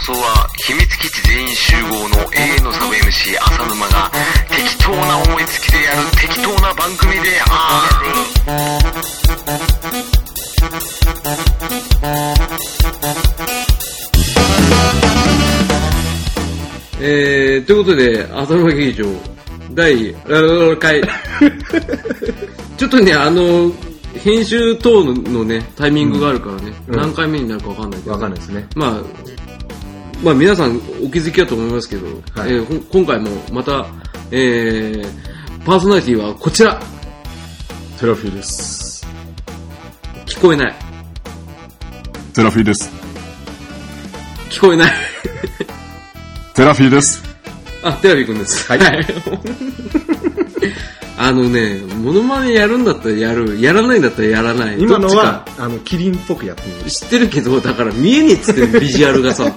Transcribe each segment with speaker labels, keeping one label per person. Speaker 1: 送は秘密基地全員集合の永遠のサブ MC 浅沼が適当な思いつきでやる適当な番組である
Speaker 2: えー、ということで、浅沼劇場、第、ララララ 回。ちょっとね、あの、編集等のね、タイミングがあるからね、
Speaker 3: うん
Speaker 2: 何回目になるかわかんないけど、
Speaker 3: わかんないですね。
Speaker 2: まあ、まあ皆さんお気づきだと思いますけど、
Speaker 3: はい
Speaker 2: えーほん今回もまた、えー、パーソナリティはこちら
Speaker 4: テラフィーです。
Speaker 2: 聞こえない
Speaker 4: テラフィーです。
Speaker 2: 聞こえない
Speaker 4: テラフィーです。
Speaker 2: あ、テラビ君です。はい。 あのね、モノマネやるんだったらやる、やらないんだったらやらない。
Speaker 3: 今
Speaker 2: ど
Speaker 3: の
Speaker 2: っちか
Speaker 3: は、あの、キリンっぽくやってみる。
Speaker 2: 知ってるけど、だから見えねえっつってるビジュアルがさ、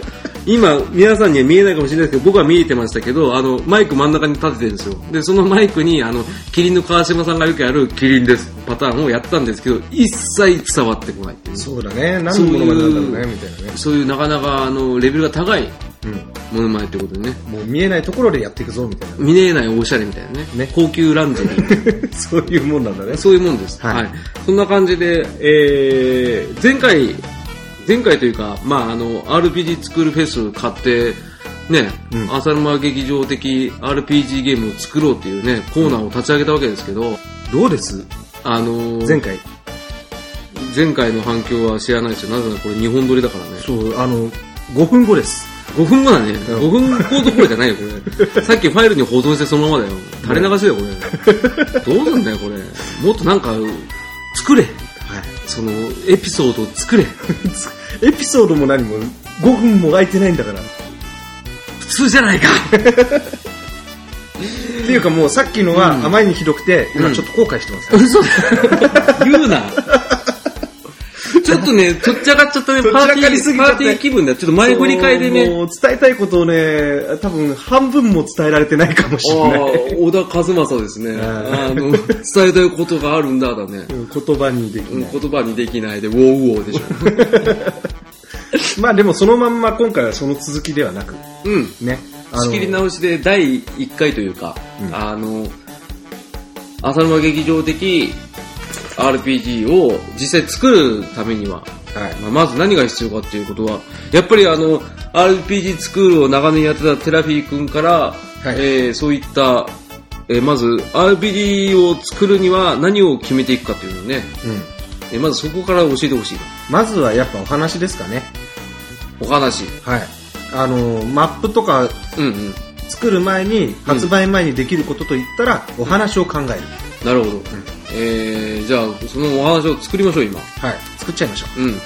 Speaker 2: 今、皆さんには見えないかもしれないですけど、僕は見えてましたけど、あの、マイク真ん中に立ててるんですよ。で、そのマイクに、あの、キリンの川島さんがよくやる、キリンです、パターンをやったんですけど、一切伝わってこないっていう。
Speaker 3: そうだね。何のものまねなんだろうね、みたいなね。
Speaker 2: そういうなかなか、あの、レベルが高いものまねってことでね。
Speaker 3: うん。もう見えないところでやっていくぞ、みたいな。
Speaker 2: 見えないおしゃれみたいなね。
Speaker 3: ね
Speaker 2: 高級ランジェリー。
Speaker 3: そういうもんなんだね。
Speaker 2: そういうもんです。は。
Speaker 3: はいい
Speaker 2: そんな感じで、えー、前回、前回というか、まあ、あの、RPG スクールフェス買って、ね、
Speaker 3: うん
Speaker 2: 浅沼劇場的 RPG ゲームを作ろうっていうね、コーナーを立ち上げたわけですけど、
Speaker 3: どうです
Speaker 2: あのー
Speaker 3: 前回。
Speaker 2: 前回の反響は知らないですよ。なぜならこれ日本撮りだからね。
Speaker 3: そう、あの、5分後です。
Speaker 2: 5分後だね。
Speaker 3: ん
Speaker 2: 5分後どころじゃないよ、こ れ。さっきファイルに保存してそのままだよ。垂れ流しだよ、 これ。どうなんだよ、これ。もっとなんか、作れ。
Speaker 3: はい。
Speaker 2: その、エピソードを作れ。
Speaker 3: エピソードも何も5分も空いてないんだから。っ
Speaker 2: 普通じゃないか
Speaker 3: ていうかもうさっきのはあまりにひどくて、
Speaker 2: う
Speaker 3: 今
Speaker 2: ん
Speaker 3: ちょっと後悔してます、
Speaker 2: 嘘だ言うなちょっとね、とっちゃかっちゃったね、
Speaker 3: とっち
Speaker 2: パ
Speaker 3: ゃ
Speaker 2: ー
Speaker 3: か
Speaker 2: ティ
Speaker 3: りす
Speaker 2: ー、
Speaker 3: ぎ
Speaker 2: パ
Speaker 3: ちゃった
Speaker 2: ーティー気分だよ。ちょっと前振り会でね、
Speaker 3: もう伝えたいことをね、多分半分も伝えられてないかもしれない。
Speaker 2: 小田和正ですね。あの、伝えたいことがあるんだだね。
Speaker 3: うん 言葉にでき
Speaker 2: う
Speaker 3: ない
Speaker 2: ん。言葉にできないで、ウォーウォーでしょ。
Speaker 3: まあでもそのまんま今回はその続きではなく、
Speaker 2: うん。
Speaker 3: ね。あの
Speaker 2: 仕切り直しで第1回というか、あの、浅沼劇場的 RPG を実際作るためには、
Speaker 3: はい。
Speaker 2: まあまず何が必要かっていうことは、やっぱりあの、RPG スクールを長年やってたテラフィー君から、
Speaker 3: い
Speaker 2: えーそういった、えーまず RPG を作るには何を決めていくかというのをね、
Speaker 3: うん。
Speaker 2: えーまずそこから教えてほしい。
Speaker 3: まずはやっぱお話ですかね。
Speaker 2: お話。
Speaker 3: はい。あの、マップとか
Speaker 2: うんうん。
Speaker 3: 作る前に、発売前にできることといったら、お話を考える。
Speaker 2: なるほど。えー、じゃあ、そのお話を作りましょう、今。
Speaker 3: はい。作っちゃいましょう。
Speaker 2: うん。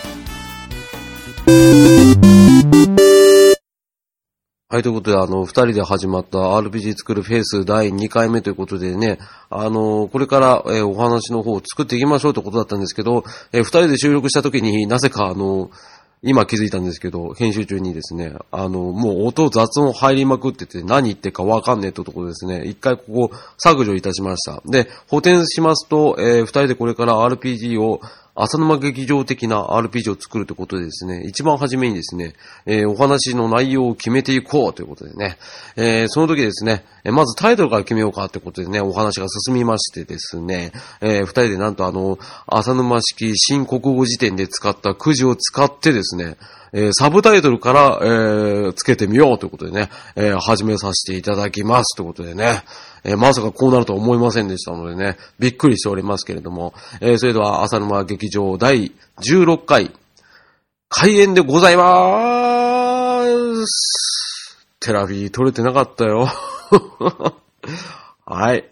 Speaker 2: はい、ということで、あの、二人で始まった RPG 作るフェイス第2回目ということでね、あの、これから、えーお話の方を作っていきましょうということだったんですけど、えー二人で収録した時になぜか、あの、今気づいたんですけど、編集中にですね、あの、もう音雑音入りまくってて何言ってるかわかんねえってところですね、一回ここ削除いたしました。で、補填しますと、えー二人でこれから RPG を浅沼劇場的な RPG を作るということでですね、一番初めにですね、えーお話の内容を決めていこうということでね、えーその時ですね、えーまずタイトルから決めようかということでね、お話が進みましてですね、えー二人でなんとあの、浅沼式新国語辞典で使ったくじを使ってですね、えーサブタイトルから、えーつけてみようということでね、えー始めさせていただきますということでね、えーまさかこうなるとは思いませんでしたのでね、びっくりしておりますけれども、えーそれでは浅沼劇場第16回、開演でございまーすテラビー取れてなかったよ。 はい。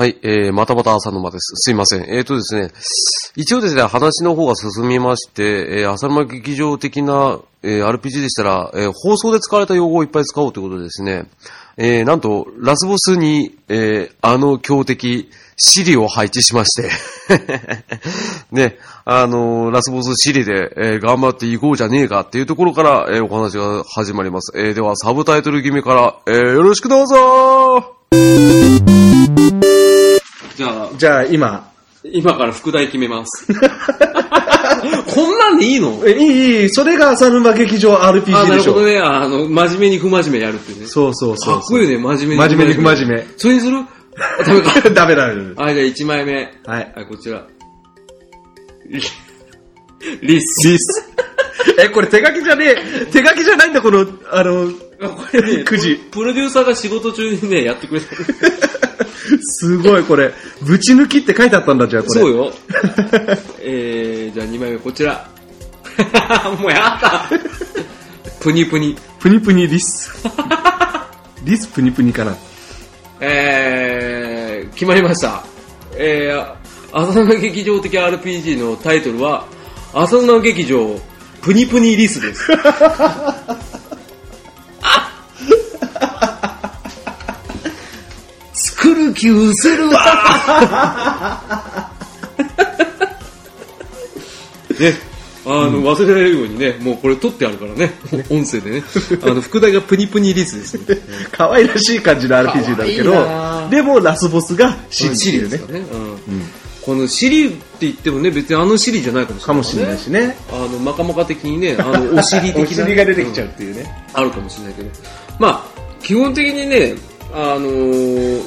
Speaker 2: はい、えー、またまた浅沼です。すいません。えーとですね、一応ですね、話の方が進みまして、えー、浅沼劇場的な、えー RPG でしたら、えー放送で使われた用語をいっぱい使おうということでですね、えー、なんと、ラスボスに、えー、あの強敵、シリを配置しまして、 ね、あのーラスボスシリで、えー頑張っていこうじゃねえかっていうところから、えーお話が始まります。えーでは、サブタイトル決めから、えーよろしくどうぞじゃあ、
Speaker 3: じゃあ今、
Speaker 2: 今から副題決めます。 こんなんでいいの
Speaker 3: え、いい、いい、それが浅沼劇場
Speaker 2: あ、
Speaker 3: RPG
Speaker 2: な
Speaker 3: で
Speaker 2: る
Speaker 3: し
Speaker 2: ほ
Speaker 3: ょ
Speaker 2: ど。ね。あの、真面目に不真面目やるってね。
Speaker 3: そうそうそう。
Speaker 2: かっこいいね、真面目に。
Speaker 3: 真面目に不真面
Speaker 2: それにするあダメか。
Speaker 3: 目。ダメダメ。
Speaker 2: はい、じゃあ1枚目。
Speaker 3: はい。
Speaker 2: はい、こちら。リス。
Speaker 3: リス。 え、これ手書きじゃねえ。手書きじゃないんだ、この、あの、
Speaker 2: これね、
Speaker 3: くじ。
Speaker 2: プロデューサーが仕事中にね、やってくれた。
Speaker 3: すごい、これ。ぶち抜きって書いてあったんだ、じゃあ、これ。
Speaker 2: そうよ。えー、じゃあ2枚目、こちら。 もうやったプニプニ。
Speaker 3: プニプニリス。リスプニプニかな。
Speaker 2: えー、決まりました。えー、浅沼劇場的 RPG のタイトルは、浅沼劇場、プニプニリスです。
Speaker 3: 作る気うせるわ
Speaker 2: ね。あの、忘れられるようにね、もうこれ撮ってあるからね、音声でね。あの、副題がプニプニリスですね。
Speaker 3: 可愛らしい感じの RPG だけど
Speaker 2: 可愛いなあ
Speaker 3: でもラスボスがシリ
Speaker 2: シリですかね。
Speaker 3: ね
Speaker 2: うん。このシリって言ってもね、別にあのシリじゃないかもしれ
Speaker 3: か
Speaker 2: ない、
Speaker 3: もしれないし。ね
Speaker 2: あの、まかまか的に ね、あの、お尻的な。
Speaker 3: お尻が出てきちゃうっていうね、
Speaker 2: あるかもしれないけど、まあ、基本的にね、あのー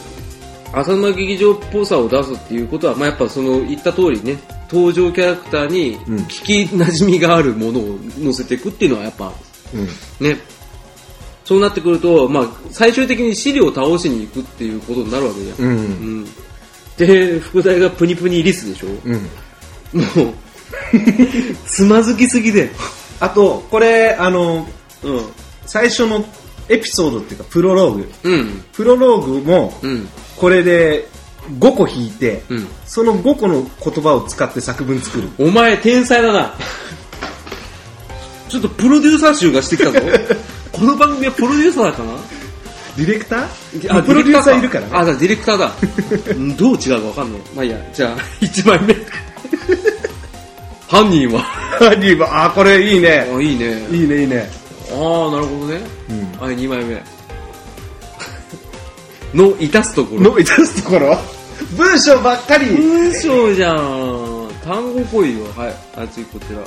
Speaker 2: 浅沼劇場っぽさを出すっていうことは、まあ、やっぱその言った通りね、登場キャラクターに
Speaker 3: ん
Speaker 2: 聞きなじみがあるものを乗せていくっていうのはやっぱ、
Speaker 3: うん
Speaker 2: ね、そうなってくると、まあ、最終的に資料を倒しに行くっていうことになるわけじゃん。
Speaker 3: うん
Speaker 2: うんで、副題がプニプニリスでしょ
Speaker 3: うん、
Speaker 2: もう、つまずきすぎで。
Speaker 3: あとこれあの
Speaker 2: うん。
Speaker 3: 最初のエピソードっていうかプロローグ
Speaker 2: うん。
Speaker 3: プロローグも
Speaker 2: うん。
Speaker 3: これで5個引いて、
Speaker 2: うん。
Speaker 3: その5個の言葉を使って作文作る
Speaker 2: お前天才だな。ちょっとプロデューサー集がしてきたぞ。 この番組はプロデューサーだったな。
Speaker 3: ディレクタープロデューサーいるからね
Speaker 2: あ、じゃあディレクターだ。 うんどう違うかわかんない。まあいいや、じゃあ1枚目。犯人は。
Speaker 3: リーバ ーあこれいいね
Speaker 2: あ、いいね。
Speaker 3: いいねいいね
Speaker 2: ああ、なるほどね。はい、2枚目。の、いたすところ。
Speaker 3: のいたすところ文章ばっかり
Speaker 2: 文章じゃん。単語っぽいよ。はい、あ次こちら。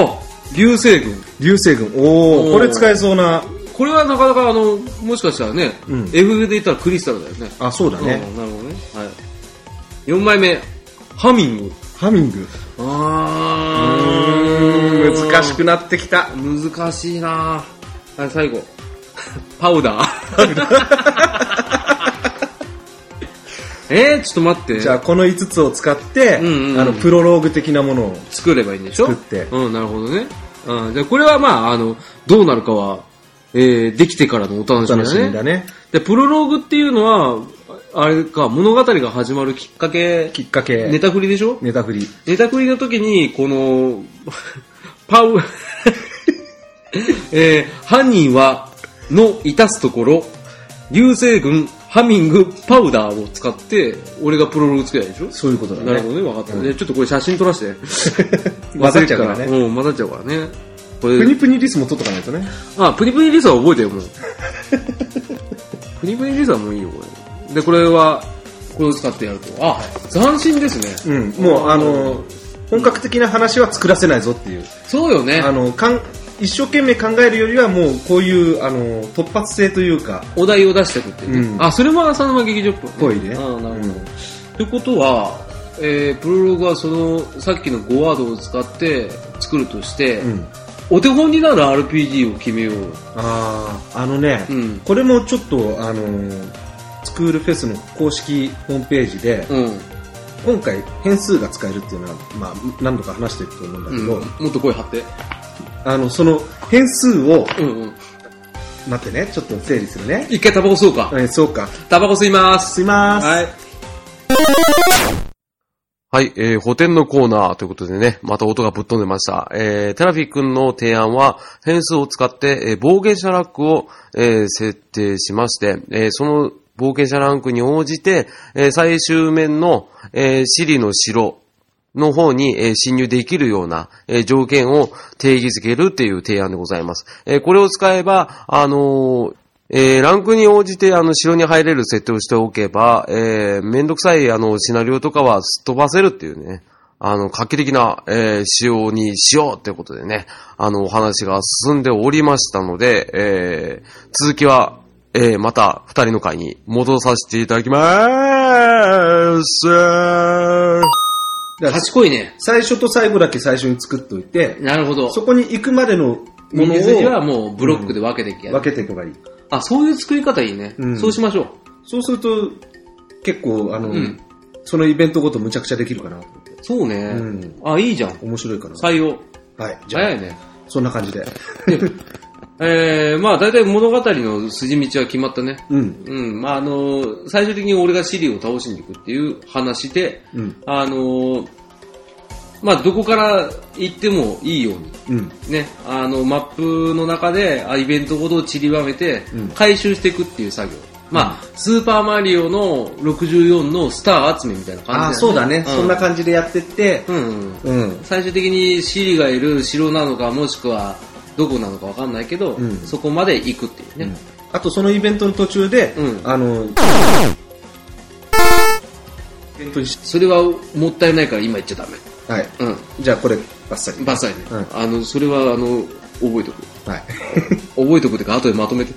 Speaker 2: あ、流星群。
Speaker 3: 流星群お
Speaker 2: おー
Speaker 3: おこれ使えそうな
Speaker 2: これはなかなかあの、もしかしたらね、
Speaker 3: うん
Speaker 2: F で言ったらクリスタルだよね。
Speaker 3: あそうだね、
Speaker 2: うんなるほどね。はい。4枚目、ハミング。
Speaker 3: ハミング
Speaker 2: あー。
Speaker 3: 難しくなってきた
Speaker 2: 難しいなぁはい、最後。 パウダー。 えー、ちょっと待って。
Speaker 3: じゃあこの5つを使って、
Speaker 2: うんうんうん
Speaker 3: あのプロローグ的なものを
Speaker 2: 作ればいいんでしょ
Speaker 3: 作って
Speaker 2: うん、なるほどね。うん、じゃあこれはまあ、あの、どうなるかは、えー、できてからのお楽
Speaker 3: お
Speaker 2: しみ
Speaker 3: 楽
Speaker 2: だ
Speaker 3: し
Speaker 2: ね。
Speaker 3: みだね
Speaker 2: で、プロローグっていうのは、ああれか、物語が始まるきっかけ、
Speaker 3: きっかけ
Speaker 2: ネタ振りでしょ
Speaker 3: ネタ振り
Speaker 2: ネタ振りの時に、この、 パウ、 えー、犯人は、のいたすところ、流星群、ハミング、パウダーを使って、俺がプロローグ作りゃいいでしょ
Speaker 3: そういうことだね
Speaker 2: なるほどね、分かった。ねちょっとこれ写真撮らせて。
Speaker 3: 混ざっちゃうからね
Speaker 2: うん、混ざっちゃうからね。これ
Speaker 3: プニプニリスも取っとかないとね
Speaker 2: あ、プニプニリスは覚えてよ、もう。プニプニリスはもういいよ、これ。で、これは、これを使ってやると。あ、斬新ですね。
Speaker 3: うんもうあの本格的な話は作らせないぞっていう
Speaker 2: そうよね
Speaker 3: あ。のかん一生懸命考えるよりはもうこういうあの突発性というか
Speaker 2: お題を出してくっていうね、
Speaker 3: うん
Speaker 2: あ、それも浅沼劇場っぽい、
Speaker 3: ぽい
Speaker 2: あ
Speaker 3: ね
Speaker 2: なるほど。
Speaker 3: うん
Speaker 2: ってことは、えー、プロローグはその、さっきの5ワードを使って作るとして、
Speaker 3: うん
Speaker 2: お手本になる RPG を決めよう。
Speaker 3: あああのね、
Speaker 2: うん
Speaker 3: これもちょっとあのスクールフェスの公式ホームページで、
Speaker 2: うん。
Speaker 3: 今回変数が使えるっていうのは、まあ、何度か話してると思うんだ
Speaker 2: う
Speaker 3: け
Speaker 2: ん、
Speaker 3: ど、
Speaker 2: もっと声張って。
Speaker 3: あのその変数を
Speaker 2: うんうん。
Speaker 3: 待ってねちょっと整理するね、
Speaker 2: 一回タバコ吸おうか。
Speaker 3: えそうか
Speaker 2: タバコ吸います。
Speaker 3: すいまーす、
Speaker 2: はい。
Speaker 5: はい、えー、補填のコーナーということでね、また音がぶっ飛んでました。えー、テラフィ君の提案は、変数を使って、えー、冒険者ランクを、えー、設定しまして、えー、その冒険者ランクに応じて、えー、最終面の、えー、シリの城の方に、えー侵入できるような、えー条件を定義づけるっていう提案でございます。えーこれを使えば、あのーえーランクに応じて、あの、城に入れる設定をしておけば、えーめんどくさい、あの、シナリオとかはすっ飛ばせるっていうね、あの、画期的な、えー仕様にしようってことでね、あの、お話が進んでおりましたので、えー続きは、えーまた、二人の会に戻させていただきます。
Speaker 3: だから
Speaker 2: 賢いね。
Speaker 3: 最初と最後だけ最初に作っておいて、
Speaker 2: なるほど。
Speaker 3: そこに行くまでのもの
Speaker 2: 右筋は
Speaker 3: を
Speaker 2: もうブロックで分けてきやる
Speaker 3: 分けていけばいい。
Speaker 2: あ、そういう作り方いいね。
Speaker 3: うん
Speaker 2: そうしましょう。
Speaker 3: そうすると、結構、あの、
Speaker 2: うん
Speaker 3: そのイベントごとむちゃくちゃできるかなと思って。
Speaker 2: そうね。
Speaker 3: うん
Speaker 2: あ、いいじゃん。
Speaker 3: 面白いかな。
Speaker 2: 採用。
Speaker 3: はい。じゃ
Speaker 2: 早
Speaker 3: あ、
Speaker 2: いね。
Speaker 3: そんな感じで。
Speaker 2: えー、まあ大体物語の筋道は決まったね。
Speaker 3: うん。
Speaker 2: うん、まああの、最終的に俺がシリを倒しに行くっていう話で、
Speaker 3: うん。
Speaker 2: あの、まあどこから行ってもいいように、
Speaker 3: うん。
Speaker 2: ね、あの、マップの中で、あイベントごとを散りばめて
Speaker 3: うん、
Speaker 2: 回収していくっていう作業。まあ、スーパーマリオの64のスター集めみたいな
Speaker 3: あ
Speaker 2: 感
Speaker 3: あ、
Speaker 2: じ
Speaker 3: そうだね。そんな
Speaker 2: じ。
Speaker 3: 感じでやってって、
Speaker 2: うんうん。
Speaker 3: うん。
Speaker 2: 最終的にシリがいる城なのか、もしくはどこなのかわかんないけど、
Speaker 3: うん
Speaker 2: そこまで行くっていうね。
Speaker 3: あと、そのイベントの途中で、
Speaker 2: うん
Speaker 3: あの、イベントにし
Speaker 2: それはもったいないから今行っちゃダメ。
Speaker 3: はい。
Speaker 2: うん。
Speaker 3: じゃあ、これ、バッサリ。
Speaker 2: バサリね、
Speaker 3: うん
Speaker 2: あのそれはあの覚えとく
Speaker 3: はい。
Speaker 2: 覚えとくってか後でまと めて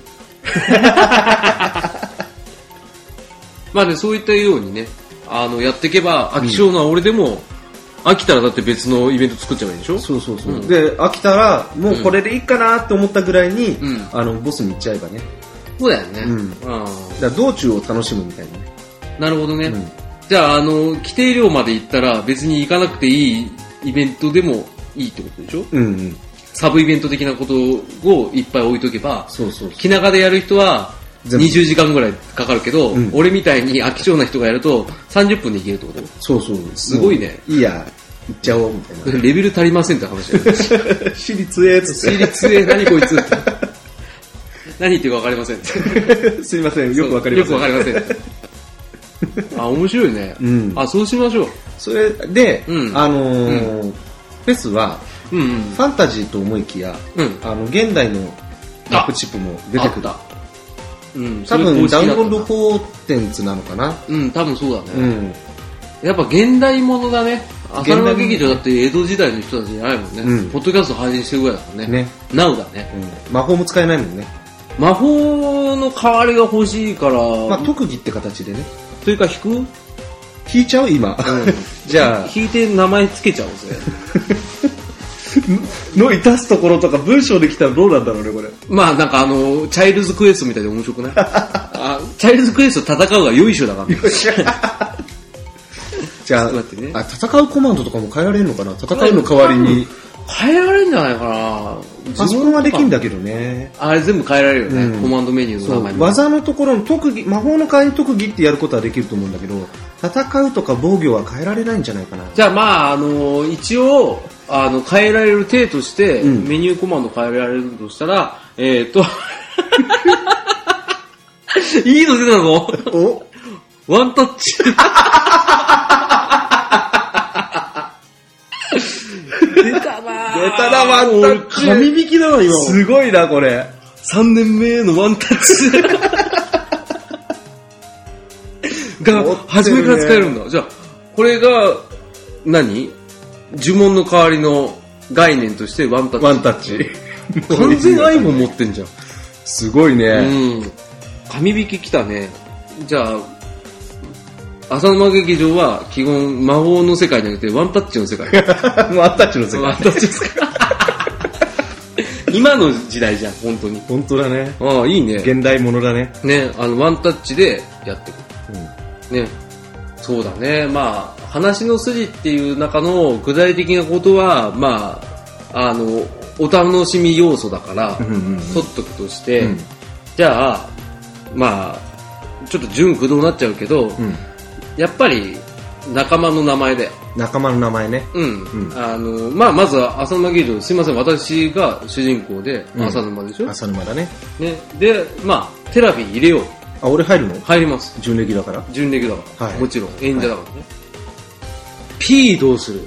Speaker 2: まあねそういったようにねあのやっていけば飽き性な俺でも、飽きたらだって別のイベント作っちゃえばいいんでしょ
Speaker 3: そうそうそう。
Speaker 2: うん
Speaker 3: で、飽きたら、もうこれでいいかなって思ったぐらいに、
Speaker 2: うん
Speaker 3: あの、ボスに行っちゃえばね。
Speaker 2: そうだよね、
Speaker 3: うん
Speaker 2: あ
Speaker 3: だから道中を楽しむみたいなね。
Speaker 2: ーなるほどね、
Speaker 3: うん
Speaker 2: じゃああの規定量まで行ったら別に行かなくていいイベントでもいいってことでしょ
Speaker 3: うんうん。
Speaker 2: サブイベント的なことをいっぱい置いとけば
Speaker 3: そうそうそう。
Speaker 2: 気長でやる人は
Speaker 3: 全部
Speaker 2: 20時間ぐらいかかるけど、
Speaker 3: うん
Speaker 2: 俺みたいに飽き性な人がやると30分でいけるってこと
Speaker 3: そうそう。
Speaker 2: すごいね
Speaker 3: もういいや、行っちゃおう、みた い
Speaker 2: レベル足りませんって話だよね。
Speaker 3: な。私立へ、つ
Speaker 2: 私立 へ何こいつって。何言ってるか分かりません。
Speaker 3: て。すいません、よくわかります。
Speaker 2: よくわかりま せん。あ、面白いね。
Speaker 3: うん
Speaker 2: あ、そうしましょう。
Speaker 3: それで、
Speaker 2: うん
Speaker 3: あのーフェスは、
Speaker 2: うん、うん。
Speaker 3: ファンタジーと思いきや、
Speaker 2: うん。
Speaker 3: あの、現代のマップチップも出てくる
Speaker 2: あ。った。うん。
Speaker 3: 多分、ダ
Speaker 2: そ
Speaker 3: ウ
Speaker 2: れ
Speaker 3: ンロ
Speaker 2: 公式だったな
Speaker 3: ードコンテンツなのかな。
Speaker 2: うん、多分そうだね。
Speaker 3: うん。
Speaker 2: やっぱ現代ものだね。
Speaker 3: 現代
Speaker 2: 浅
Speaker 3: もの
Speaker 2: 沼劇場だって江戸時代の人たちじゃないもんね。
Speaker 3: うん
Speaker 2: ポッドキャスト配信してるぐらいだもんね。
Speaker 3: ね。
Speaker 2: なうだね。
Speaker 3: うん。魔法も使えないもんね。
Speaker 2: 魔法の代わりが欲しいから、
Speaker 3: まあ、特技って形でね。
Speaker 2: というか引く、うん、
Speaker 3: 引いちゃう今。 じゃあ、
Speaker 2: 引いて名前つけちゃおうぜ。
Speaker 3: のいたすところとか文章できたらどうなんだろうね、 これ。
Speaker 2: まあなんかあの、チャイルズクエストみたいで面白 くないあチャイルズクエスト戦うがよいしょだからね。
Speaker 3: じ
Speaker 2: ちょ
Speaker 3: ゃあ、
Speaker 2: っと待ってね
Speaker 3: あ、戦うコマンドとかも変えられるのかな戦うの代わりに。
Speaker 2: 変えられるんじゃないかな
Speaker 3: パソコンはできんだ
Speaker 2: け
Speaker 3: けどね。
Speaker 2: あれ全部変えられるよね。
Speaker 3: うん
Speaker 2: コマンドメニュー
Speaker 3: そ
Speaker 2: の名前
Speaker 3: う
Speaker 2: も。
Speaker 3: 技のところの特技、魔法の代わりに特技ってやることはできると思うんだけど、戦うとか防御は変えられないんじゃないかな。
Speaker 2: じゃあまああの、一応、あの、変えられる体として、
Speaker 3: うん
Speaker 2: メニューコマンド変えられるとしたら、えー、っと、 いいの出たぞ
Speaker 3: お
Speaker 2: ワンタッチ。出たなぁ。出たな、ワンタッチ。
Speaker 3: 神引きだわ、今。すごいな、これ。
Speaker 2: 3年目のワンタッチ。が、
Speaker 3: 持ってるね
Speaker 2: 初めから使えるんだ。じゃあ、これが、何呪文の代わりの概念としてワンタッチ。
Speaker 3: ワンタッチ。
Speaker 2: 完全アイも持ってんじゃん。
Speaker 3: すごいね。
Speaker 2: うん。神引き来たね。じゃあ、浅沼劇場は基本魔法の世界じゃなくてワンタッチの世 界。
Speaker 3: ワンタッチの世
Speaker 2: ワン
Speaker 3: 界。
Speaker 2: タッチですか今の時代じゃん、本当に。
Speaker 3: 本当だね。
Speaker 2: ああ、いいね。
Speaker 3: 現代ものだね。
Speaker 2: ね、あの、ワンタッチでやってくる。ね。そうだね。まあ、話の筋っていう中の具体的なことは、まあ、あの、お楽しみ要素だから、
Speaker 3: うんうんうん
Speaker 2: 取っとくとして、
Speaker 3: うん
Speaker 2: じゃあ、まあ、ちょっと純駆動になっちゃうけど、
Speaker 3: うん。
Speaker 2: やっぱり仲間の名前で、
Speaker 3: 仲間の名前ね。
Speaker 2: うん。
Speaker 3: うん
Speaker 2: あの、まあ、まずは浅沼劇場、すいません、私が主人公で、
Speaker 3: うん
Speaker 2: 浅沼でしょ、
Speaker 3: 浅沼だね。
Speaker 2: ね。で、まあ、テラビー入れよう。
Speaker 3: あ、俺入るの
Speaker 2: 入ります。
Speaker 3: 純歴だから。
Speaker 2: 純レギュラーだから、
Speaker 3: はい
Speaker 2: もちろん、演者だからね。P どうする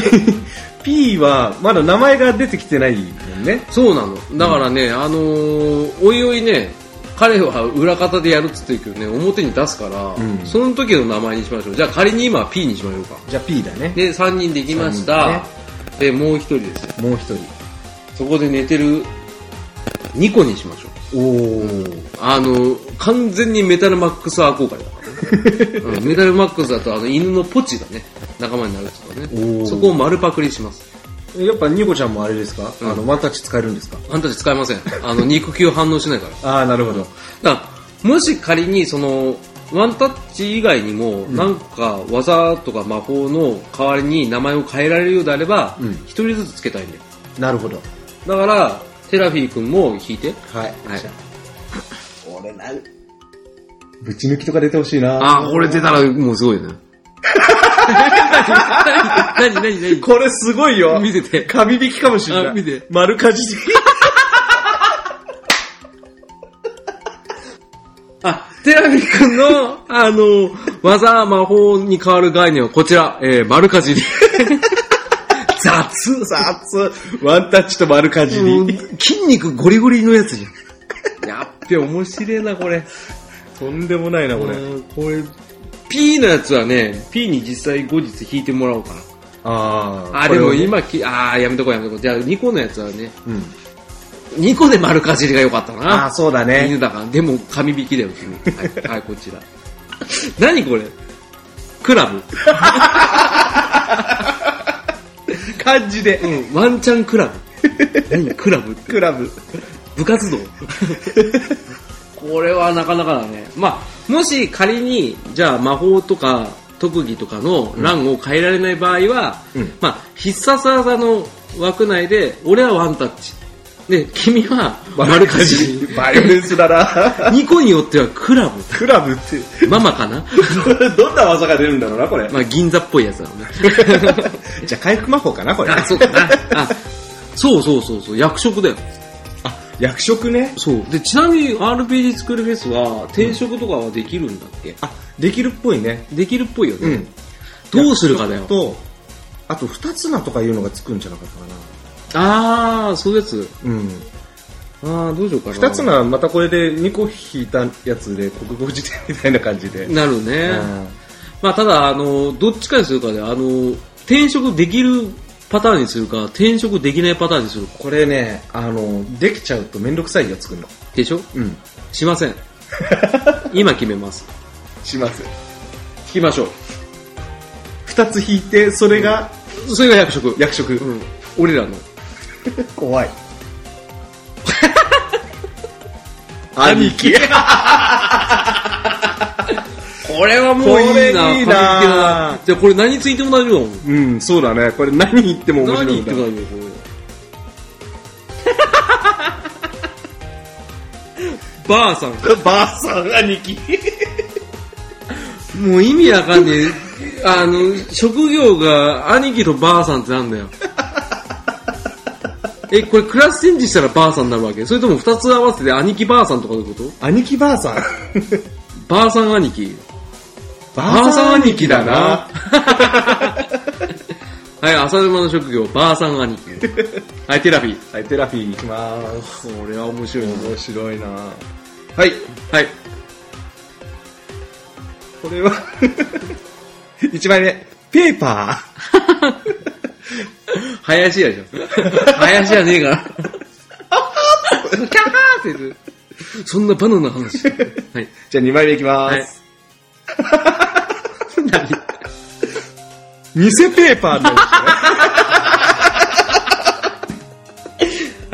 Speaker 3: P は、まだ名前が出てきてないもんね。
Speaker 2: そうなの。だからね、あのーおいおいね、彼は裏方でやるっつってるけどね、表に出すから、
Speaker 3: うん
Speaker 2: その時の名前にしましょう。じゃあ仮に今は P にしましょうか。
Speaker 3: じゃあ P だね。
Speaker 2: で、3人できました。
Speaker 3: 三
Speaker 2: で、もう1人ですよ。
Speaker 3: もう一人。
Speaker 2: そこで寝てる2個にしましょう。
Speaker 3: おー。
Speaker 2: あの、完全にメタルマックス憧れだから、ねうんメタルマックスだとあの犬のポチがね、仲間になるんですから
Speaker 3: おー
Speaker 2: ね。そこを丸パクリします。
Speaker 3: やっぱニコちゃんもあれですか、
Speaker 2: うん
Speaker 3: あの、ワンタッチ使えるんですか
Speaker 2: あんたたち使えません。あの、肉球反応しないから。
Speaker 3: ああ、なるほど。
Speaker 2: だからもし仮にそのワンタッチ以外にもなんか技とか魔法の代わりに名前を変えられるようであれば
Speaker 3: うん
Speaker 2: 一人ずつつけたいんだよ
Speaker 3: なるほど。
Speaker 2: だからテラフィー君も引いて
Speaker 3: はい。
Speaker 2: はい
Speaker 3: じゃあ俺なん、ぶち抜きとか出てほしいな
Speaker 2: ああこれ出たらもうすごいよね 何何何
Speaker 3: これすごいよ
Speaker 2: 何見せて
Speaker 3: カビ引きかもしれな
Speaker 2: あ
Speaker 3: い。
Speaker 2: 見て
Speaker 3: 丸かじり。
Speaker 2: あテラフィー君のあの技魔法に変わる概念はこちら、えー、丸かじ り
Speaker 3: 雑、雑。ワンタッチと丸かじり。
Speaker 2: 筋肉ゴリゴリのやつじゃんやっべ面白いなこれ
Speaker 3: とんでもないな、これ。
Speaker 2: うんこれ P のやつはね P に実際後日引いてもらおうかな
Speaker 3: あ
Speaker 2: あーでも、今きああやめとこうやめとこうじゃあ2個のやつはね
Speaker 3: これをうん。
Speaker 2: 2個で丸かじりが良かった
Speaker 3: ああ、
Speaker 2: な
Speaker 3: そうだね
Speaker 2: 犬。だからでも紙引きだよ君はい、はい、こちら 何これクラ ブ
Speaker 3: 漢字で。
Speaker 2: うんワンチャンクラブ何クラブって
Speaker 3: クラブ。
Speaker 2: 部活 動これはなかなかだね。まあ、もし仮に、じゃあ魔法とか特技とかの欄を変えられない場合は、
Speaker 3: うん
Speaker 2: まあ、必殺技の枠内で、俺はワンタッチ。で、君は丸かじり。
Speaker 3: バイオレンスだな。
Speaker 2: 2個によってはクラ
Speaker 3: クラブって。
Speaker 2: ブ。ママかな
Speaker 3: どんな技が出るんだろうな、 これ。
Speaker 2: まあ、銀座っぽいやつだろうね。
Speaker 3: じゃあ、回復魔法かな、こ れ。
Speaker 2: あ、そうかな。あ、そうそうそうそう、役職だよ。
Speaker 3: 役職ね。
Speaker 2: そう。で、ちなみに RPG 作るフェスは、転職とかはできるんだっけ、
Speaker 3: あ、できるっぽいね。
Speaker 2: できるっぽいよね。
Speaker 3: うん。
Speaker 2: どうするかだよ。
Speaker 3: と、あと、二つなとかいうのがつくんじゃなかったかな。
Speaker 2: あー、そういうやつ。
Speaker 3: うん。
Speaker 2: あー、どうしようかな。
Speaker 3: 二つな、またこれで2個引いたやつで、国語辞典みたいな感じで。うん。
Speaker 2: なるね。まあ、ただ、あの、どっちかにするかで、あの、転職できるパターンにするか、転職できないパターンにするか。
Speaker 3: これね、あの、できちゃうとめんどくさいよ、作るの。
Speaker 2: でしょ
Speaker 3: うん。
Speaker 2: しま せん。今決めます。
Speaker 3: します。
Speaker 2: 聞きましょ
Speaker 3: 二つ引いて、それが
Speaker 2: う。それが役職。
Speaker 3: 役職。
Speaker 2: うん。俺らの。
Speaker 3: 怖い。 兄貴。
Speaker 2: これはもういいな。
Speaker 3: これいい
Speaker 2: 完璧
Speaker 3: な
Speaker 2: だなじゃあこれ何ついても大丈夫だもん。
Speaker 3: うん、そうだね。これ何言っても面白
Speaker 2: 何
Speaker 3: い
Speaker 2: 言っ
Speaker 3: んだ
Speaker 2: て。ないよ、これ。ばあさん。
Speaker 3: ばあさん兄貴。
Speaker 2: もう意味わかんね え。あの、職業が兄貴とばあさんってなんだよ。え、これクラスチェンジしたらばあさんになるわけそれとも二つ合わせて兄貴ばあさんとかどういうこと
Speaker 3: 兄貴ばあさん。
Speaker 2: ばあさん兄貴。
Speaker 3: ば
Speaker 2: あさん兄貴だな。はい、浅沼の職業、ばあさん兄貴。はい、テラピー。
Speaker 3: はい、テラフィー行きまーす。
Speaker 2: これは面白いな。
Speaker 3: 面白いな
Speaker 2: はい、はい。
Speaker 3: これは、 一枚目、ペーパ
Speaker 2: 林やじゃん。林じゃねえから。キャーって言ってそんなバナナの話。はい。
Speaker 3: ー。じゃあ二枚目いきま
Speaker 2: はい
Speaker 3: ーす。。 偽ペーパーの。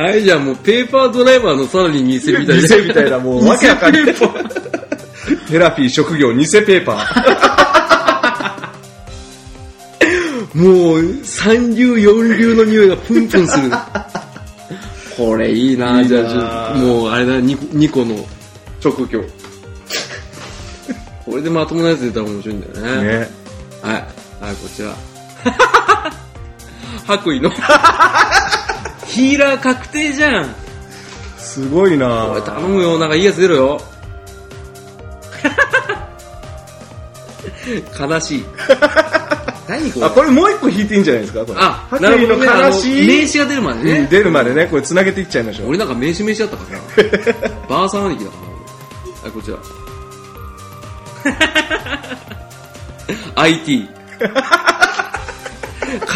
Speaker 2: はい、じゃあもうペーパードライバーのさらに偽みたいな。
Speaker 3: 偽みたいな、もう、わけわかんない。
Speaker 2: 偽ペーパ
Speaker 3: テラピー職業、偽ペーパー。
Speaker 2: ーもう、三流四流の匂いがプンプンする。これいいなぁ、じ
Speaker 3: いい
Speaker 2: ゃ
Speaker 3: な
Speaker 2: あ、
Speaker 3: ぁ
Speaker 2: もうあれだ、2, 二個の職業。これでまともなやつ出たら面白いんだよね。
Speaker 3: ね。
Speaker 2: はい。はい、こちら。 白衣の。 ヒーラー確定じゃん。
Speaker 3: すごいな
Speaker 2: おい、
Speaker 3: ぁ。
Speaker 2: 頼むよ。なんかいいやつ出ろよ。 悲しい。何これ
Speaker 3: あ、これもう一個引いていいんじゃないですかこれ。
Speaker 2: あ、
Speaker 3: 白
Speaker 2: なる
Speaker 3: 衣
Speaker 2: ほどね。
Speaker 3: の
Speaker 2: あの
Speaker 3: 悲し
Speaker 2: 名
Speaker 3: い。
Speaker 2: 刺が出るまで
Speaker 3: うん
Speaker 2: ね。
Speaker 3: 出るまでね、これ繋げていっちゃいましょう。
Speaker 2: 俺なんか名刺名刺だったからな。ばあさん兄貴だからな。あ、こちら。IT。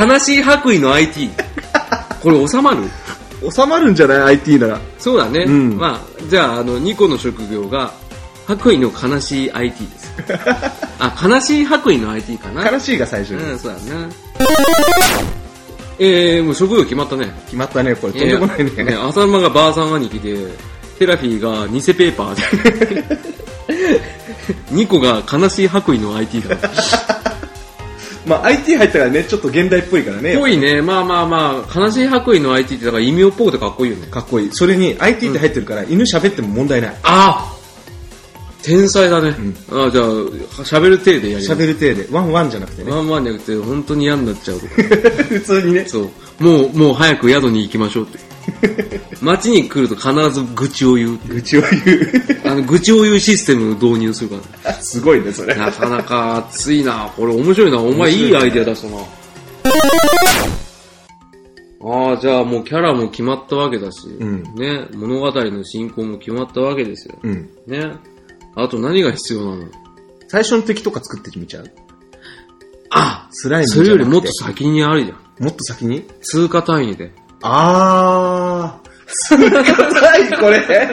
Speaker 2: 悲しい白衣の IT。これ収まる
Speaker 3: 収まるんじゃない ?IT なら。
Speaker 2: そうだね。
Speaker 3: うん
Speaker 2: まあ、じゃあ、あの、2個の職業が、白衣の悲しい IT です。あ、悲しい白衣の IT かな。
Speaker 3: 悲しいが最初に。
Speaker 2: うん、そうだな。えー、もう職業決まったね。
Speaker 3: 決まったね、これ。とんでもないね。
Speaker 2: や浅沼がばあさん兄貴で、テラフィーが偽ペーパーで。 ニコが悲しい白衣の IT だ。
Speaker 3: まあ、IT 入ったからね、ちょっと現代っぽいからね。
Speaker 2: ぽいね。まあまあまあ、悲しい白衣の IT ってだから異名っぽくてかっこいいよね。
Speaker 3: かっこいい。それに IT って入ってるから、犬喋っても問題ない。
Speaker 2: ああ天才だね。あじゃあ、喋る体でやり
Speaker 3: 喋る体で。ワンワンじゃなくてね。
Speaker 2: ワンワンじゃなくて、本当に嫌になっちゃ う。
Speaker 3: 普通にね。
Speaker 2: そう。もう、もう早く宿に行きましょうっ て。街に来ると必ず愚痴を言う。
Speaker 3: 愚痴を言う。
Speaker 2: あの、愚痴を言うシステムを導入するから。
Speaker 3: すごいね、それ。
Speaker 2: なかなか熱いな。これ面白いな。お前いいアイデア出したな。ああ、じゃあもうキャラも決まったわけだし、
Speaker 3: ん
Speaker 2: ね、物語の進行も決まったわけですよ。
Speaker 3: うん。
Speaker 2: ね。あと何が必要なの
Speaker 3: 最初の敵とか作ってみちゃう
Speaker 2: あ
Speaker 3: スライムじ
Speaker 2: そ
Speaker 3: ゃ
Speaker 2: れよ
Speaker 3: なくて
Speaker 2: りもっと先にあるじゃん。
Speaker 3: もっと先に
Speaker 2: 通過単位で。
Speaker 3: あー。通過単位、こ れ。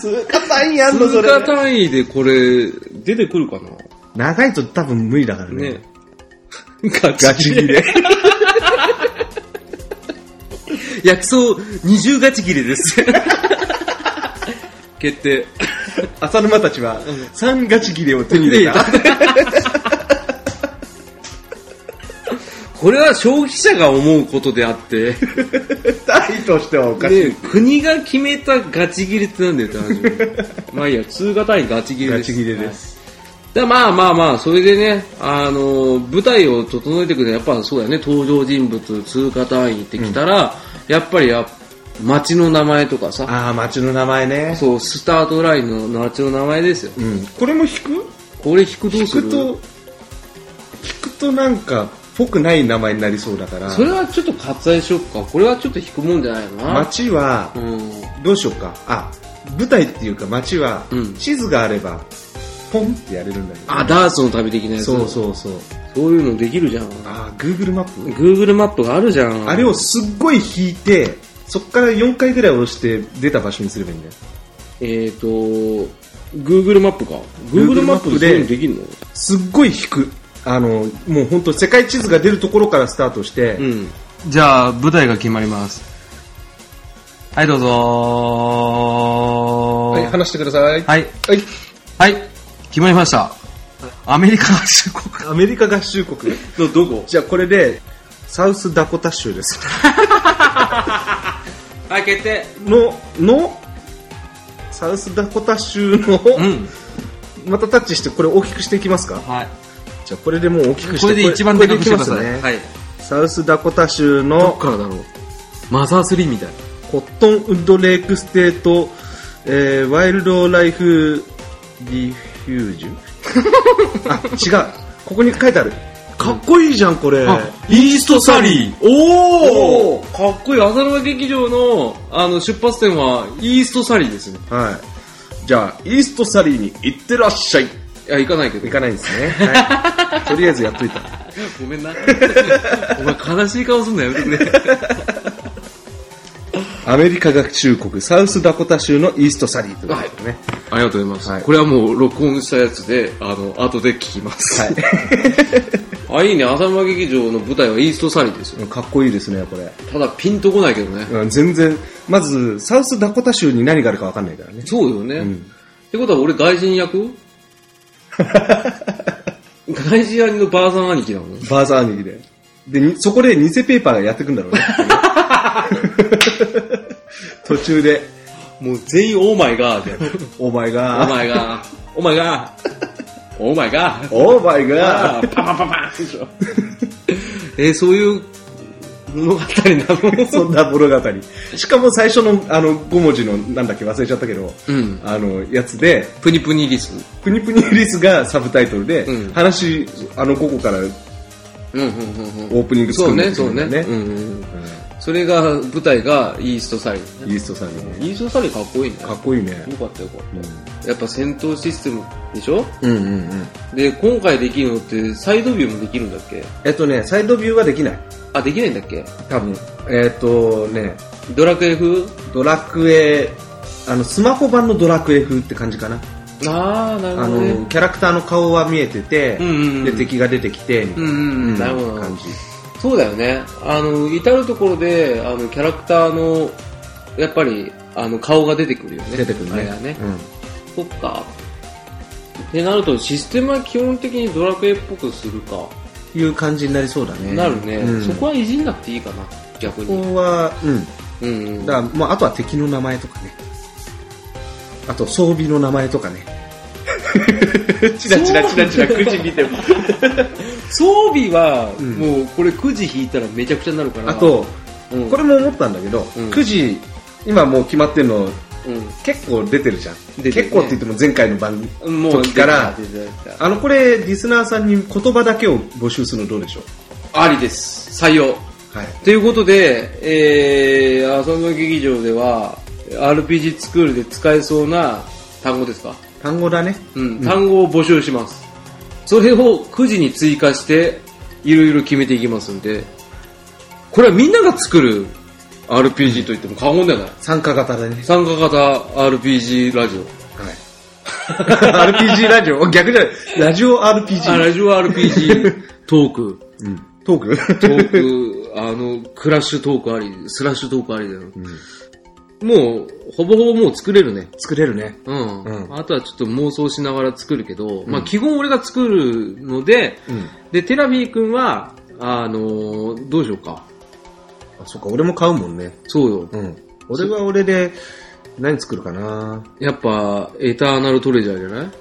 Speaker 3: 通過単位あんの、そ
Speaker 2: 通
Speaker 3: れ
Speaker 2: 過。単位でこれ、出てくるかな
Speaker 3: 長いと多分無理だからね。
Speaker 2: ね。ガ
Speaker 3: ガチ切れ。
Speaker 2: 薬草二重ガチ切れ です。決定。
Speaker 3: 浅沼たちは、3ガチ切れを手に入れた。
Speaker 2: これは消費者が思うことであって、
Speaker 3: 単位としてはおかしい。
Speaker 2: ね、国が決めたガチ切れってなんだよって話。まあいいや、通過単位ガチ切れです。
Speaker 3: ガチ切れです
Speaker 2: はい。だまあまあまあ、それでね、あの、舞台を整えていくのはやっぱそうだよね、登場人物、通過単位ってきたら、やっぱりや、街の名前とかさ、
Speaker 3: あー、街の名前ね。
Speaker 2: そう、スタートラインの街の名前ですよ。
Speaker 3: うん。これも引く
Speaker 2: これ引くどう
Speaker 3: 引
Speaker 2: する
Speaker 3: くと、引くとなんか、ぽくない名前になりそうだから、
Speaker 2: それはちょっと割愛しよっか。これはちょっと引くもんじゃないのかな。
Speaker 3: 街は
Speaker 2: う、ん。
Speaker 3: どうしようか。あ、舞台っていうか街は
Speaker 2: うん、
Speaker 3: 地図があれば、ポンってやれるんだけど。
Speaker 2: あ、ダーツの旅的なやつ。
Speaker 3: そうそうそう。
Speaker 2: そういうのできるじゃん。
Speaker 3: あー、Google マップ
Speaker 2: Google マップがあるじゃん。
Speaker 3: あれをすっごい引いて、そっから4回ぐらい押して出た場所にすればいいんだよ。
Speaker 2: えっ、ー、と、Google マップか。Google マップでそういうのできるの
Speaker 3: すっごい引く。あの、もう本当世界地図が出るところからスタートして、
Speaker 2: うん。じゃあ、舞台が決まります。はい、どうぞ
Speaker 3: はい、話してくださ
Speaker 2: はい。
Speaker 3: い。はい。
Speaker 2: はい。決まりました。アメリカ合衆国。
Speaker 3: アメリカ合衆国。
Speaker 2: ど、どこ
Speaker 3: じゃあこれで、サウスダコタ州です。
Speaker 2: 開けて。
Speaker 3: の、の、サウスダコタ州の、
Speaker 2: うん。
Speaker 3: またタッチしてこれ大きくしていきますか
Speaker 2: はい。
Speaker 3: じゃあこれでもう大きくして
Speaker 2: これで一番でかくしてくださ
Speaker 3: これ
Speaker 2: い。
Speaker 3: でいきますね
Speaker 2: はい。
Speaker 3: サウスダコタ州
Speaker 2: どっ
Speaker 3: の
Speaker 2: からだろう。マザー3みたい。
Speaker 3: コットンウッドレイクステート、えーワイルドライフディフュージ ュあ、違う。ここに書いてある。かっこいいじゃん、これ。
Speaker 2: イーストサ
Speaker 3: リ
Speaker 2: ー。おおかっこいい。浅沼劇場のあの出発点はイーストサリーですね。
Speaker 3: はい。じゃあ、イーストサリーに行ってらっしゃい。
Speaker 2: いや、行かないけど
Speaker 3: 行。かないんです ね。はい。とりあえずやっといた。
Speaker 2: ごめんな。お前悲しい顔すんのやめてくれ。
Speaker 3: アメリカ合衆国、サウスダコタ州のイーストサリーということでね。
Speaker 2: ありがとうございます。
Speaker 3: はい
Speaker 2: これはもう録音したやつで、あの、後で聞きます。あ、いいね。浅沼劇場の舞台はイーストサリーですよ。
Speaker 3: うんかっこいいですね、これ。
Speaker 2: ただピンとこないけどね。
Speaker 3: うん全然、まず、サウスダコタ州に何があるかわかんないから ね。
Speaker 2: そうよね。
Speaker 3: ん
Speaker 2: ってことは俺外人役外人役のばあさん兄貴だもん。
Speaker 3: バーザー兄貴で。で、にそこで偽ペーパーがやってくんだ ろうね。途中で、
Speaker 2: もう全員オーマイガーで。
Speaker 3: お前
Speaker 2: オー
Speaker 3: が、
Speaker 2: マイガー。オーマイガー。オーマイガー。
Speaker 3: お
Speaker 2: パ
Speaker 3: 前 が、
Speaker 2: パパパパでしょ。えーそういう物語なの
Speaker 3: そんな物語。しかも最初の、あの、5文字の、なんだっけ忘れちゃったけど、
Speaker 2: うん。
Speaker 3: あの、やつで、
Speaker 2: プニプニリス。
Speaker 3: プニプニリスがサブタイトルで、
Speaker 2: うん
Speaker 3: 話、あの、ここから
Speaker 2: うんうんうんうん。
Speaker 3: オープニング
Speaker 2: そ
Speaker 3: 作
Speaker 2: う
Speaker 3: る
Speaker 2: ね、
Speaker 3: んです
Speaker 2: そ
Speaker 3: よ
Speaker 2: うね。
Speaker 3: ね。
Speaker 2: うんうんうんそれが、舞台がイーストサイド、ね。
Speaker 3: イーストサイドね
Speaker 2: イーストサイドかっこいいね。
Speaker 3: かっこいいね
Speaker 2: よかったよかった。やっぱ戦闘システムでしょ
Speaker 3: うんうんうん
Speaker 2: で、今回できるのって、サイドビューもできるんだっけ
Speaker 3: えっとねサイドビューはできない
Speaker 2: あ、できないんだっけ
Speaker 3: 多分えっとね
Speaker 2: ドラクエ風
Speaker 3: ドラクエあのスマホ版のドラクエ風って感じかな
Speaker 2: ああ、なる
Speaker 3: あ
Speaker 2: ほど
Speaker 3: の
Speaker 2: ね。
Speaker 3: キャラクターの顔は見えてて、
Speaker 2: うんうんうん
Speaker 3: で敵が出てきてみた
Speaker 2: うんうん
Speaker 3: いな、
Speaker 2: うん、なるほど。
Speaker 3: 感じ
Speaker 2: そうだよね。あの、至るところで、あの、キャラクターの、やっぱり、あの、顔が出てくるよね。
Speaker 3: 出てくる
Speaker 2: あ
Speaker 3: ね
Speaker 2: れはね。
Speaker 3: うん
Speaker 2: そっか。ってなると、システムは基本的にドラクエっぽくするか。
Speaker 3: いう感じになりそうだね
Speaker 2: なるね、
Speaker 3: うん
Speaker 2: そこはいじんなくていいかな。逆
Speaker 3: こ
Speaker 2: に。
Speaker 3: こはうん
Speaker 2: うんうん。
Speaker 3: だからもうあとは敵の名前とかねあと装備の名前と かねチラチラチラチラくじ見ても
Speaker 2: 装備は、
Speaker 3: ん
Speaker 2: もう、これくじ引いたらめちゃくちゃになるから。
Speaker 3: あ、と
Speaker 2: うん、
Speaker 3: これも思ったんだけど、
Speaker 2: うん
Speaker 3: くじ今もう決まってるの
Speaker 2: う
Speaker 3: 結構出てるじゃん、
Speaker 2: てるね
Speaker 3: 結構って言っても前回の番
Speaker 2: ん。もう、
Speaker 3: 時から
Speaker 2: 出てた出てた
Speaker 3: あのこれリスナーさんに言葉だけを募集するのどうでしょう
Speaker 2: ありです。採用。
Speaker 3: はい
Speaker 2: ということで、えー、浅野劇場では、RPG スクールで使えそうな単語ですか
Speaker 3: 単語だね
Speaker 2: うん、単語を募集します。それをくじに追加して、いろいろ決めていきますんで、これはみんなが作る RPG と言っても過言ではない。
Speaker 3: 参加型だね
Speaker 2: 参加型 RPG ラジオ。
Speaker 3: はい RPG ラジオ逆じゃないラジオ
Speaker 2: あ、
Speaker 3: RPG
Speaker 2: ラジオ RPG トーク。
Speaker 3: トー
Speaker 2: トーク、 あの、クラッシュトークあり、スラッシュトークありだよ。もう、ほぼほぼもう作れるね。
Speaker 3: ク作れるね
Speaker 2: うん。
Speaker 3: うん
Speaker 2: あとはちょっと妄想しながら作るけど、まあ基本俺が作るので、
Speaker 3: うん
Speaker 2: で、テラビー君は、あのーどうしようか。
Speaker 3: あそっか俺も買うもんね
Speaker 2: そうよ。
Speaker 3: うん俺は俺で何作るかな
Speaker 2: やっぱ、エターナルトレジャーじゃな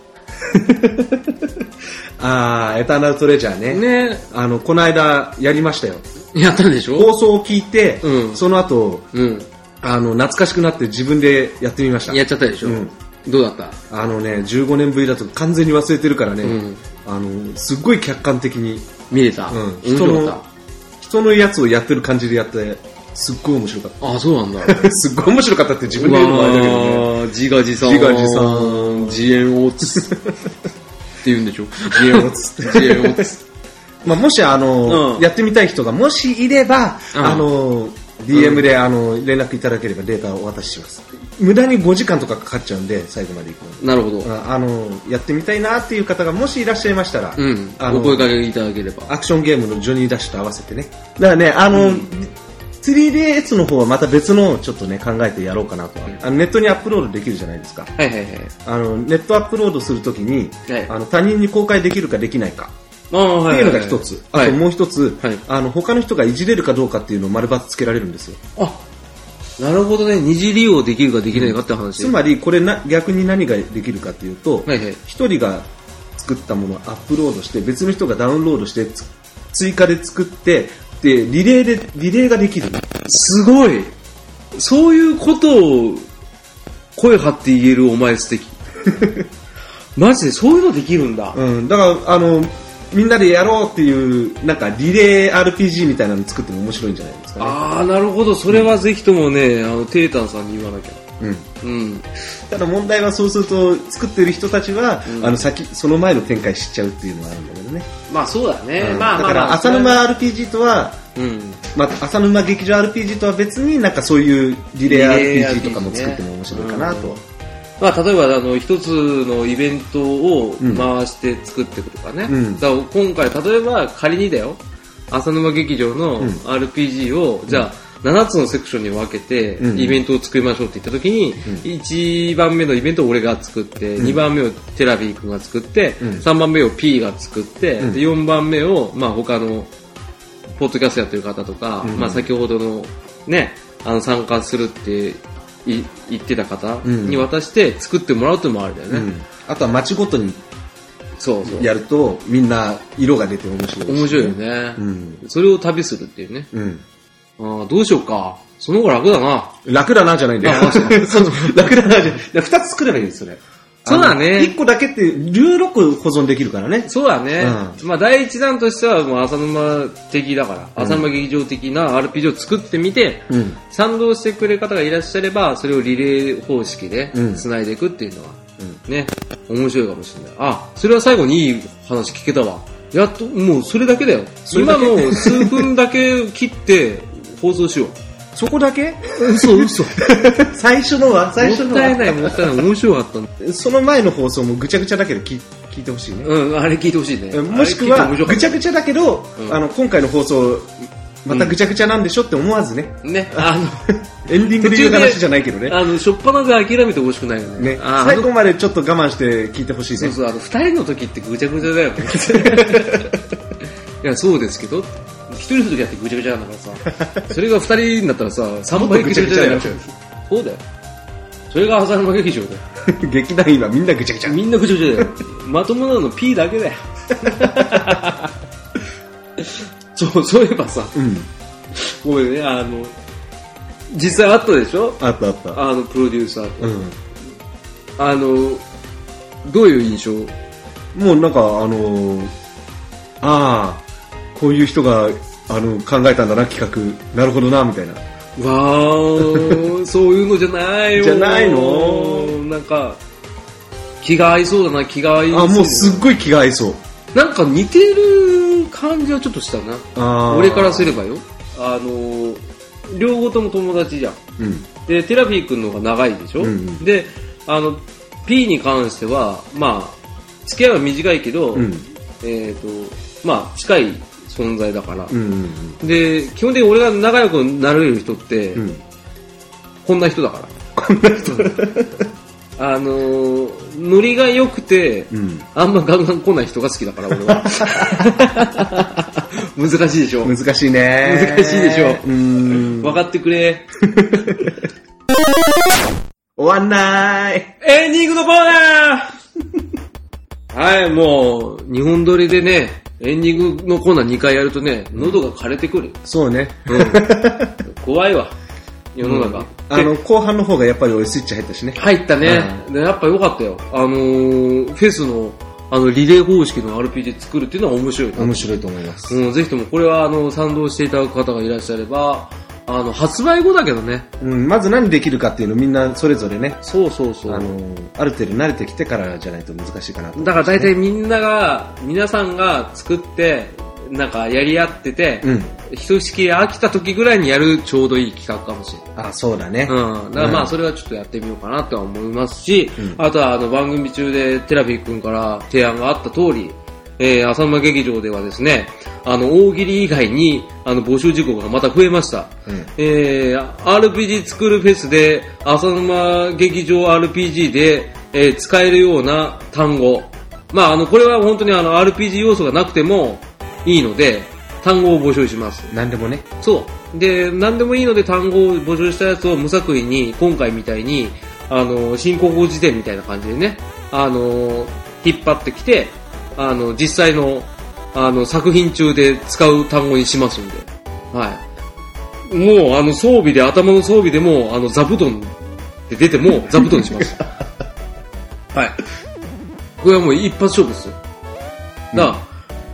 Speaker 3: あーエターナルトレジャーね
Speaker 2: いね
Speaker 3: あのこの間やりましたよ
Speaker 2: やったでしょ
Speaker 3: 放送を聞いて、
Speaker 2: うん
Speaker 3: その後
Speaker 2: うん。
Speaker 3: あの懐かしくなって自分でやってみました
Speaker 2: やっちゃったでしょ、
Speaker 3: うん
Speaker 2: どうだった
Speaker 3: あのね15年ぶりだと完全に忘れてるからね、
Speaker 2: うん
Speaker 3: あのすっごい客観的に
Speaker 2: 見れた、
Speaker 3: うん
Speaker 2: 面
Speaker 3: 人
Speaker 2: 白かっ。
Speaker 3: の人のやつをやってる感じでやってすっごい面白かった
Speaker 2: あ、そうなんだ。
Speaker 3: たすっごい面白かったって自分で言うのもあれだけどね
Speaker 2: うわー自画自賛。
Speaker 3: 自画自賛
Speaker 2: 自演をつ。って言うんでしょ自
Speaker 3: 演をつ
Speaker 2: って。自演をつ。
Speaker 3: まあ、もし、あの、
Speaker 2: うん
Speaker 3: やってみたい人がもしいれば、
Speaker 2: うん
Speaker 3: あの、DM で、あの、連絡いただければデータをお渡しします。無駄に5時間とかかかっちゃうんで、最後まで行くのに
Speaker 2: なるほど。
Speaker 3: ああの、やってみたいなっていう方がもしいらっしゃいましたら、
Speaker 2: うん。
Speaker 3: あの
Speaker 2: お声掛けいただければ。
Speaker 3: アクションゲームのジョニー・ダッシュと合わせてね。だからね、あの、3DS の方はまた別のをちょっとね、考えてやろうかなとは、あのネットにアップロードできるじゃないですか。
Speaker 2: はいはいはい。
Speaker 3: あの、ネットアップロードするときに、
Speaker 2: はい
Speaker 3: あの、他人に公開できるかできないか。
Speaker 2: ああ、は
Speaker 3: っ
Speaker 2: い
Speaker 3: て
Speaker 2: はいいはい。
Speaker 3: うのが一つ。
Speaker 2: は
Speaker 3: あ
Speaker 2: い
Speaker 3: と。もう一つ、
Speaker 2: はい
Speaker 3: あの、他の人がいじれるかどうかっていうのを丸バツつけられるんですよ。
Speaker 2: あ、なるほどね。二次利用できるかできないかって話。
Speaker 3: つまり、これな、逆に何ができるかっていうと
Speaker 2: はいはい、
Speaker 3: 一、人が作ったものをアップロードして、別の人がダウンロードして、つ追加で作って、で、リレーで、リレーができる。
Speaker 2: すごい。そういうことを声張って言えるお前素敵。 マジでそういうのできるんだ。
Speaker 3: うん。だから、あの、みんなでやろうっていう、なんか、リレー RPG みたいなの作っても面白いんじゃないですかね。
Speaker 2: ああ、なるほど。それはぜひともね、あの、テータンさんに言わなきゃ。
Speaker 3: うん。
Speaker 2: うん。
Speaker 3: ただ問題はそうすると、作ってる人たちは、あの、先、その前の展開しちゃうっていうのはあるんだけどね。
Speaker 2: まあそうだね
Speaker 3: うんだから浅沼。RPG とは、
Speaker 2: うん。
Speaker 3: まあ、浅沼劇場 RPG とは別になんかそういうリレ
Speaker 2: リレ
Speaker 3: ー
Speaker 2: ー
Speaker 3: RPG とかも作っても面白いかなと、
Speaker 2: まあ例えば、あの、一つのイベントを
Speaker 3: うん
Speaker 2: 回して作っていくとかね。
Speaker 3: うん
Speaker 2: だから今回、例えば仮にだよ、浅沼劇場の
Speaker 3: ん
Speaker 2: RPG を、じゃあ、7つのセクションに分けて
Speaker 3: う、ん
Speaker 2: イベントを作りましょうって言った時に、1番目のイベントを俺が作って、2番目をテラビー君が作って、
Speaker 3: うん
Speaker 2: 3番目を P が作って、
Speaker 3: うん
Speaker 2: で4番目を、まあ他のポッドキャストやってる方とか、
Speaker 3: ん
Speaker 2: まあ先ほどのね、あの参加するってい言ってた方
Speaker 3: うん
Speaker 2: に渡して作ってもらうってのもあるだよね。
Speaker 3: うんあとは街ごとに
Speaker 2: そうそう。
Speaker 3: やるとみんな色が出て面白いし
Speaker 2: 面白いよね、
Speaker 3: うん
Speaker 2: それを旅するっていうね。
Speaker 3: うん
Speaker 2: ああ、どうしようか。その方が楽だな。
Speaker 3: 楽だなじゃないんだよ
Speaker 2: あそう
Speaker 3: そう楽だなじゃな2つ作ればいいんですよね
Speaker 2: そうだね
Speaker 3: あの一個だけって16保存できるからね。
Speaker 2: そうだね。まあ、第一弾としては、もう浅沼的だから、浅沼劇場的な RPG を作ってみて、
Speaker 3: うん。
Speaker 2: 賛同してくれる方がいらっしゃれば、それをリレー方式で
Speaker 3: うん
Speaker 2: 繋いでいくっていうのは、ね、面白いかもしれない。あ、それは最後にいい話聞けたわ。やっと、もうそれだけだよ。
Speaker 3: れだ
Speaker 2: 今
Speaker 3: け
Speaker 2: の数分だけ切って放送しよう。
Speaker 3: そこだけ
Speaker 2: 嘘嘘。
Speaker 3: 最初のは最初
Speaker 2: もっ
Speaker 3: の
Speaker 2: たい
Speaker 3: は
Speaker 2: ない、もったいない。面白かったんだ。
Speaker 3: その前の放送もぐちゃぐちゃだけど聞聞いてほしいね。
Speaker 2: うん、あれ聞いてほしいね。
Speaker 3: もしくは、ぐち
Speaker 2: ゃ
Speaker 3: ゃぐちゃだけど、
Speaker 2: うん
Speaker 3: あの、今回の放送、またぐちゃぐちゃなんでしょって思わずね。
Speaker 2: ね、 あの、
Speaker 3: エンディングで言う話じゃないけどね。
Speaker 2: あの、しょっぱなで諦めてほしくないよね。
Speaker 3: ね、
Speaker 2: あ
Speaker 3: 最
Speaker 2: あの
Speaker 3: 後までちょっと我慢して聞いてほしい
Speaker 2: そう
Speaker 3: ね。
Speaker 2: そう、あの、二人の時ってぐちゃぐちゃだよ ね。いや、そうですけど、一人の時だってぐちゃぐちゃなんだからさ、それが二人になったらさ、三倍ぐちゃぐちゃだよ
Speaker 3: もっとぐちゃぐ。
Speaker 2: そうだよ。それが浅沼劇場だよ。
Speaker 3: 劇団員はみんなぐちゃぐちゃ。
Speaker 2: みんなぐちゃぐちゃだよ。まともなの P だけ だよ。そう、そういえばさ、
Speaker 3: うん。
Speaker 2: ごめんね、あの、実際あったでしょ
Speaker 3: あったあった。
Speaker 2: あの、プロデューサーと。
Speaker 3: うん。
Speaker 2: あの、どういう印象
Speaker 3: もうなんか、あのーああ、こういう人が、あの、考えたんだな、企画。なるほどな、みたいな。
Speaker 2: わ ー、そういうのじゃないよ。
Speaker 3: じゃないの
Speaker 2: なんか、気が合いそうだな、気が合いそう。
Speaker 3: あ、もうすっごい気が合いそう。
Speaker 2: なんか似てる感じはちょっとしたな。
Speaker 3: あー
Speaker 2: 俺からすればよ。あの、両方とも友達じゃん。
Speaker 3: うん。
Speaker 2: で、テラフィー君の方が長いでしょ、
Speaker 3: うんうん
Speaker 2: で、あの、P に関しては、まあ、付き合いは短いけど、
Speaker 3: うん。
Speaker 2: えっ、と、まあ、近い存在だから。
Speaker 3: うん。うん
Speaker 2: で、基本的に俺が仲良くなれる人って、
Speaker 3: うん。
Speaker 2: こんな人だから。 あのーノリが良くて、
Speaker 3: うん。
Speaker 2: あんまガンガン来ない人が好きだから、俺は。 難しいでしょ。
Speaker 3: 難しいね。
Speaker 2: 難しいでしょ
Speaker 3: うん。
Speaker 2: 分かってくれ。
Speaker 3: 終わんない。
Speaker 2: エンディングのコーナーはい、もう、日本撮りでね、エンディングのコーナー2回やるとね、喉が枯れてくる。
Speaker 3: そうね。
Speaker 2: うん、怖いわ、世の中。
Speaker 3: あの、後半の方がやっぱり俺スイッチ入ったしね。
Speaker 2: 入ったね、でやっぱ良かったよ。あのーフェスの、あの、リレー方式の RPG 作るっていうのは面白いな
Speaker 3: 面白いと思います。
Speaker 2: うん、ぜひともこれはあの賛同していただく方がいらっしゃれば、あの発売後だけどね。
Speaker 3: うん。まず何できるかっていうのみんなそれぞれね、
Speaker 2: そうそうそ
Speaker 3: あ
Speaker 2: う。
Speaker 3: のー、ある程度慣れてきてからじゃないと難しいかなと。
Speaker 2: だから大体みんなが、皆さんが作って、なんかやり合ってて、
Speaker 3: うん。
Speaker 2: ひとしきり飽きた時ぐらいにやるちょうどいい企画かもしれない。
Speaker 3: あ、そうだね。
Speaker 2: うん、だからま
Speaker 3: う
Speaker 2: あ
Speaker 3: ん
Speaker 2: それはちょっとやってみようかなとは思いますし、
Speaker 3: うん
Speaker 2: あとはあの番組中でテラフィー君から提案があった通り、えー、浅間劇場ではですね、あの大喜利以外にあの募集事項がまた増えました。
Speaker 3: うん
Speaker 2: えー、RPG 作るフェスで、浅沼劇場 RPG で、えー使えるような単語。まあ、あの、これは本当にあの、RPG 要素がなくてもいいので、単語を募集します。
Speaker 3: 何でもね。
Speaker 2: そう。で、何でもいいので単語を募集したやつを無作為に、今回みたいに、あの、新高校辞典みたいな感じでね、あの、引っ張ってきて、あの、実際の、あの、作品中で使う単語にしますんで。はい。もう、あの、装備で、頭の装備でも、あの、座布団って出ても、座布団にし ます。はい。これはもう一発勝負ですよ。だから、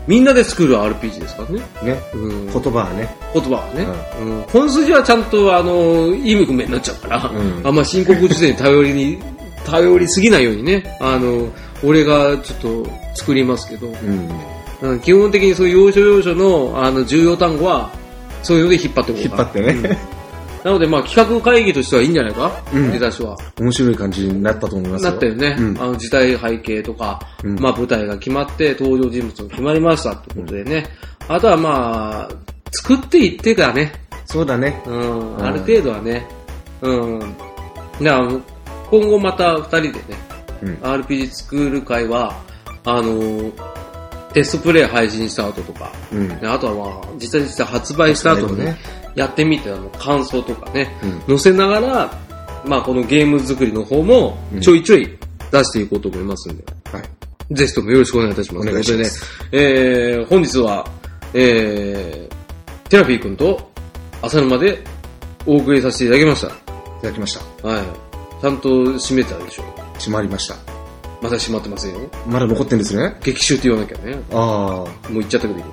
Speaker 2: みんなで作る RPG ですからね。
Speaker 3: ね。
Speaker 2: うん
Speaker 3: 言葉はね。
Speaker 2: 言葉はね、うん本筋はちゃんとあの意味不明になっちゃうから、
Speaker 3: うん
Speaker 2: あんま深刻時代に頼りに 頼りすぎないようにねあの俺がちょっと作りますけど、
Speaker 3: うん。
Speaker 2: うん基本的にそういう要所要所のあの重要単語はそういうので引っ張っておこう
Speaker 3: 引っ張
Speaker 2: か
Speaker 3: ってね。
Speaker 2: なのでまあ企画会議としてはいいんじゃないか、
Speaker 3: うん
Speaker 2: 出だしは
Speaker 3: 面白い感じになったと思いますよ。
Speaker 2: なったよね、
Speaker 3: うん
Speaker 2: あの時代背景とか、
Speaker 3: うん
Speaker 2: まあ、舞台が決まって登場人物が決まりましたってことでね、あとはまあ作っていってからね
Speaker 3: そうだね。
Speaker 2: うん、
Speaker 3: ん
Speaker 2: ある程度はね。うん。だから、今後また二人でね、
Speaker 3: うん
Speaker 2: RPG スクール会は、あのーテストプレイ配信した後とか、
Speaker 3: うん。
Speaker 2: であとはまあ、実際に実際発売した後のね、やってみてあの感想とかね、
Speaker 3: うん
Speaker 2: 載せながら、まあこのゲーム作りの方も
Speaker 3: うん
Speaker 2: ちょいちょい出していこうと思いますんで、
Speaker 3: はい。
Speaker 2: ぜひともよろしくお願いいたします。
Speaker 3: お願いします
Speaker 2: ということでね、えー、本日は、えー、テラピー君と浅沼でお送りさせていただきまし
Speaker 3: いただきました。
Speaker 2: た。はい。ちゃんと締めたでしょ。
Speaker 3: 閉まりました。
Speaker 2: まだ閉まってませんよ。
Speaker 3: まだ残ってんですね。
Speaker 2: 劇集って言わなきゃね。
Speaker 3: あ
Speaker 2: もう言っちゃったけどい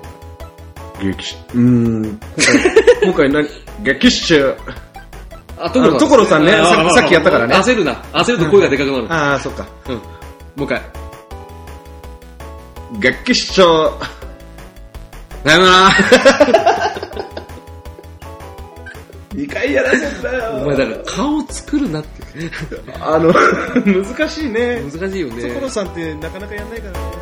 Speaker 2: いよ。
Speaker 3: あ。激し、うーん。今回、今回何、激しちゃう。
Speaker 2: あ、
Speaker 3: あの所さんね
Speaker 2: あ
Speaker 3: さ
Speaker 2: あ
Speaker 3: さっきやったからね
Speaker 2: 焦るな。焦ると声がでかくなる。
Speaker 3: ああ、そっか。
Speaker 2: うん。もう一回。
Speaker 3: 激しちゃう。
Speaker 2: さよなら。
Speaker 3: 2回やらせんだ
Speaker 2: お
Speaker 3: よ。
Speaker 2: 前だから顔作るなって。
Speaker 3: あの、難しいね。
Speaker 2: 難しいよね。
Speaker 3: 所さんってなかなかやんないからね。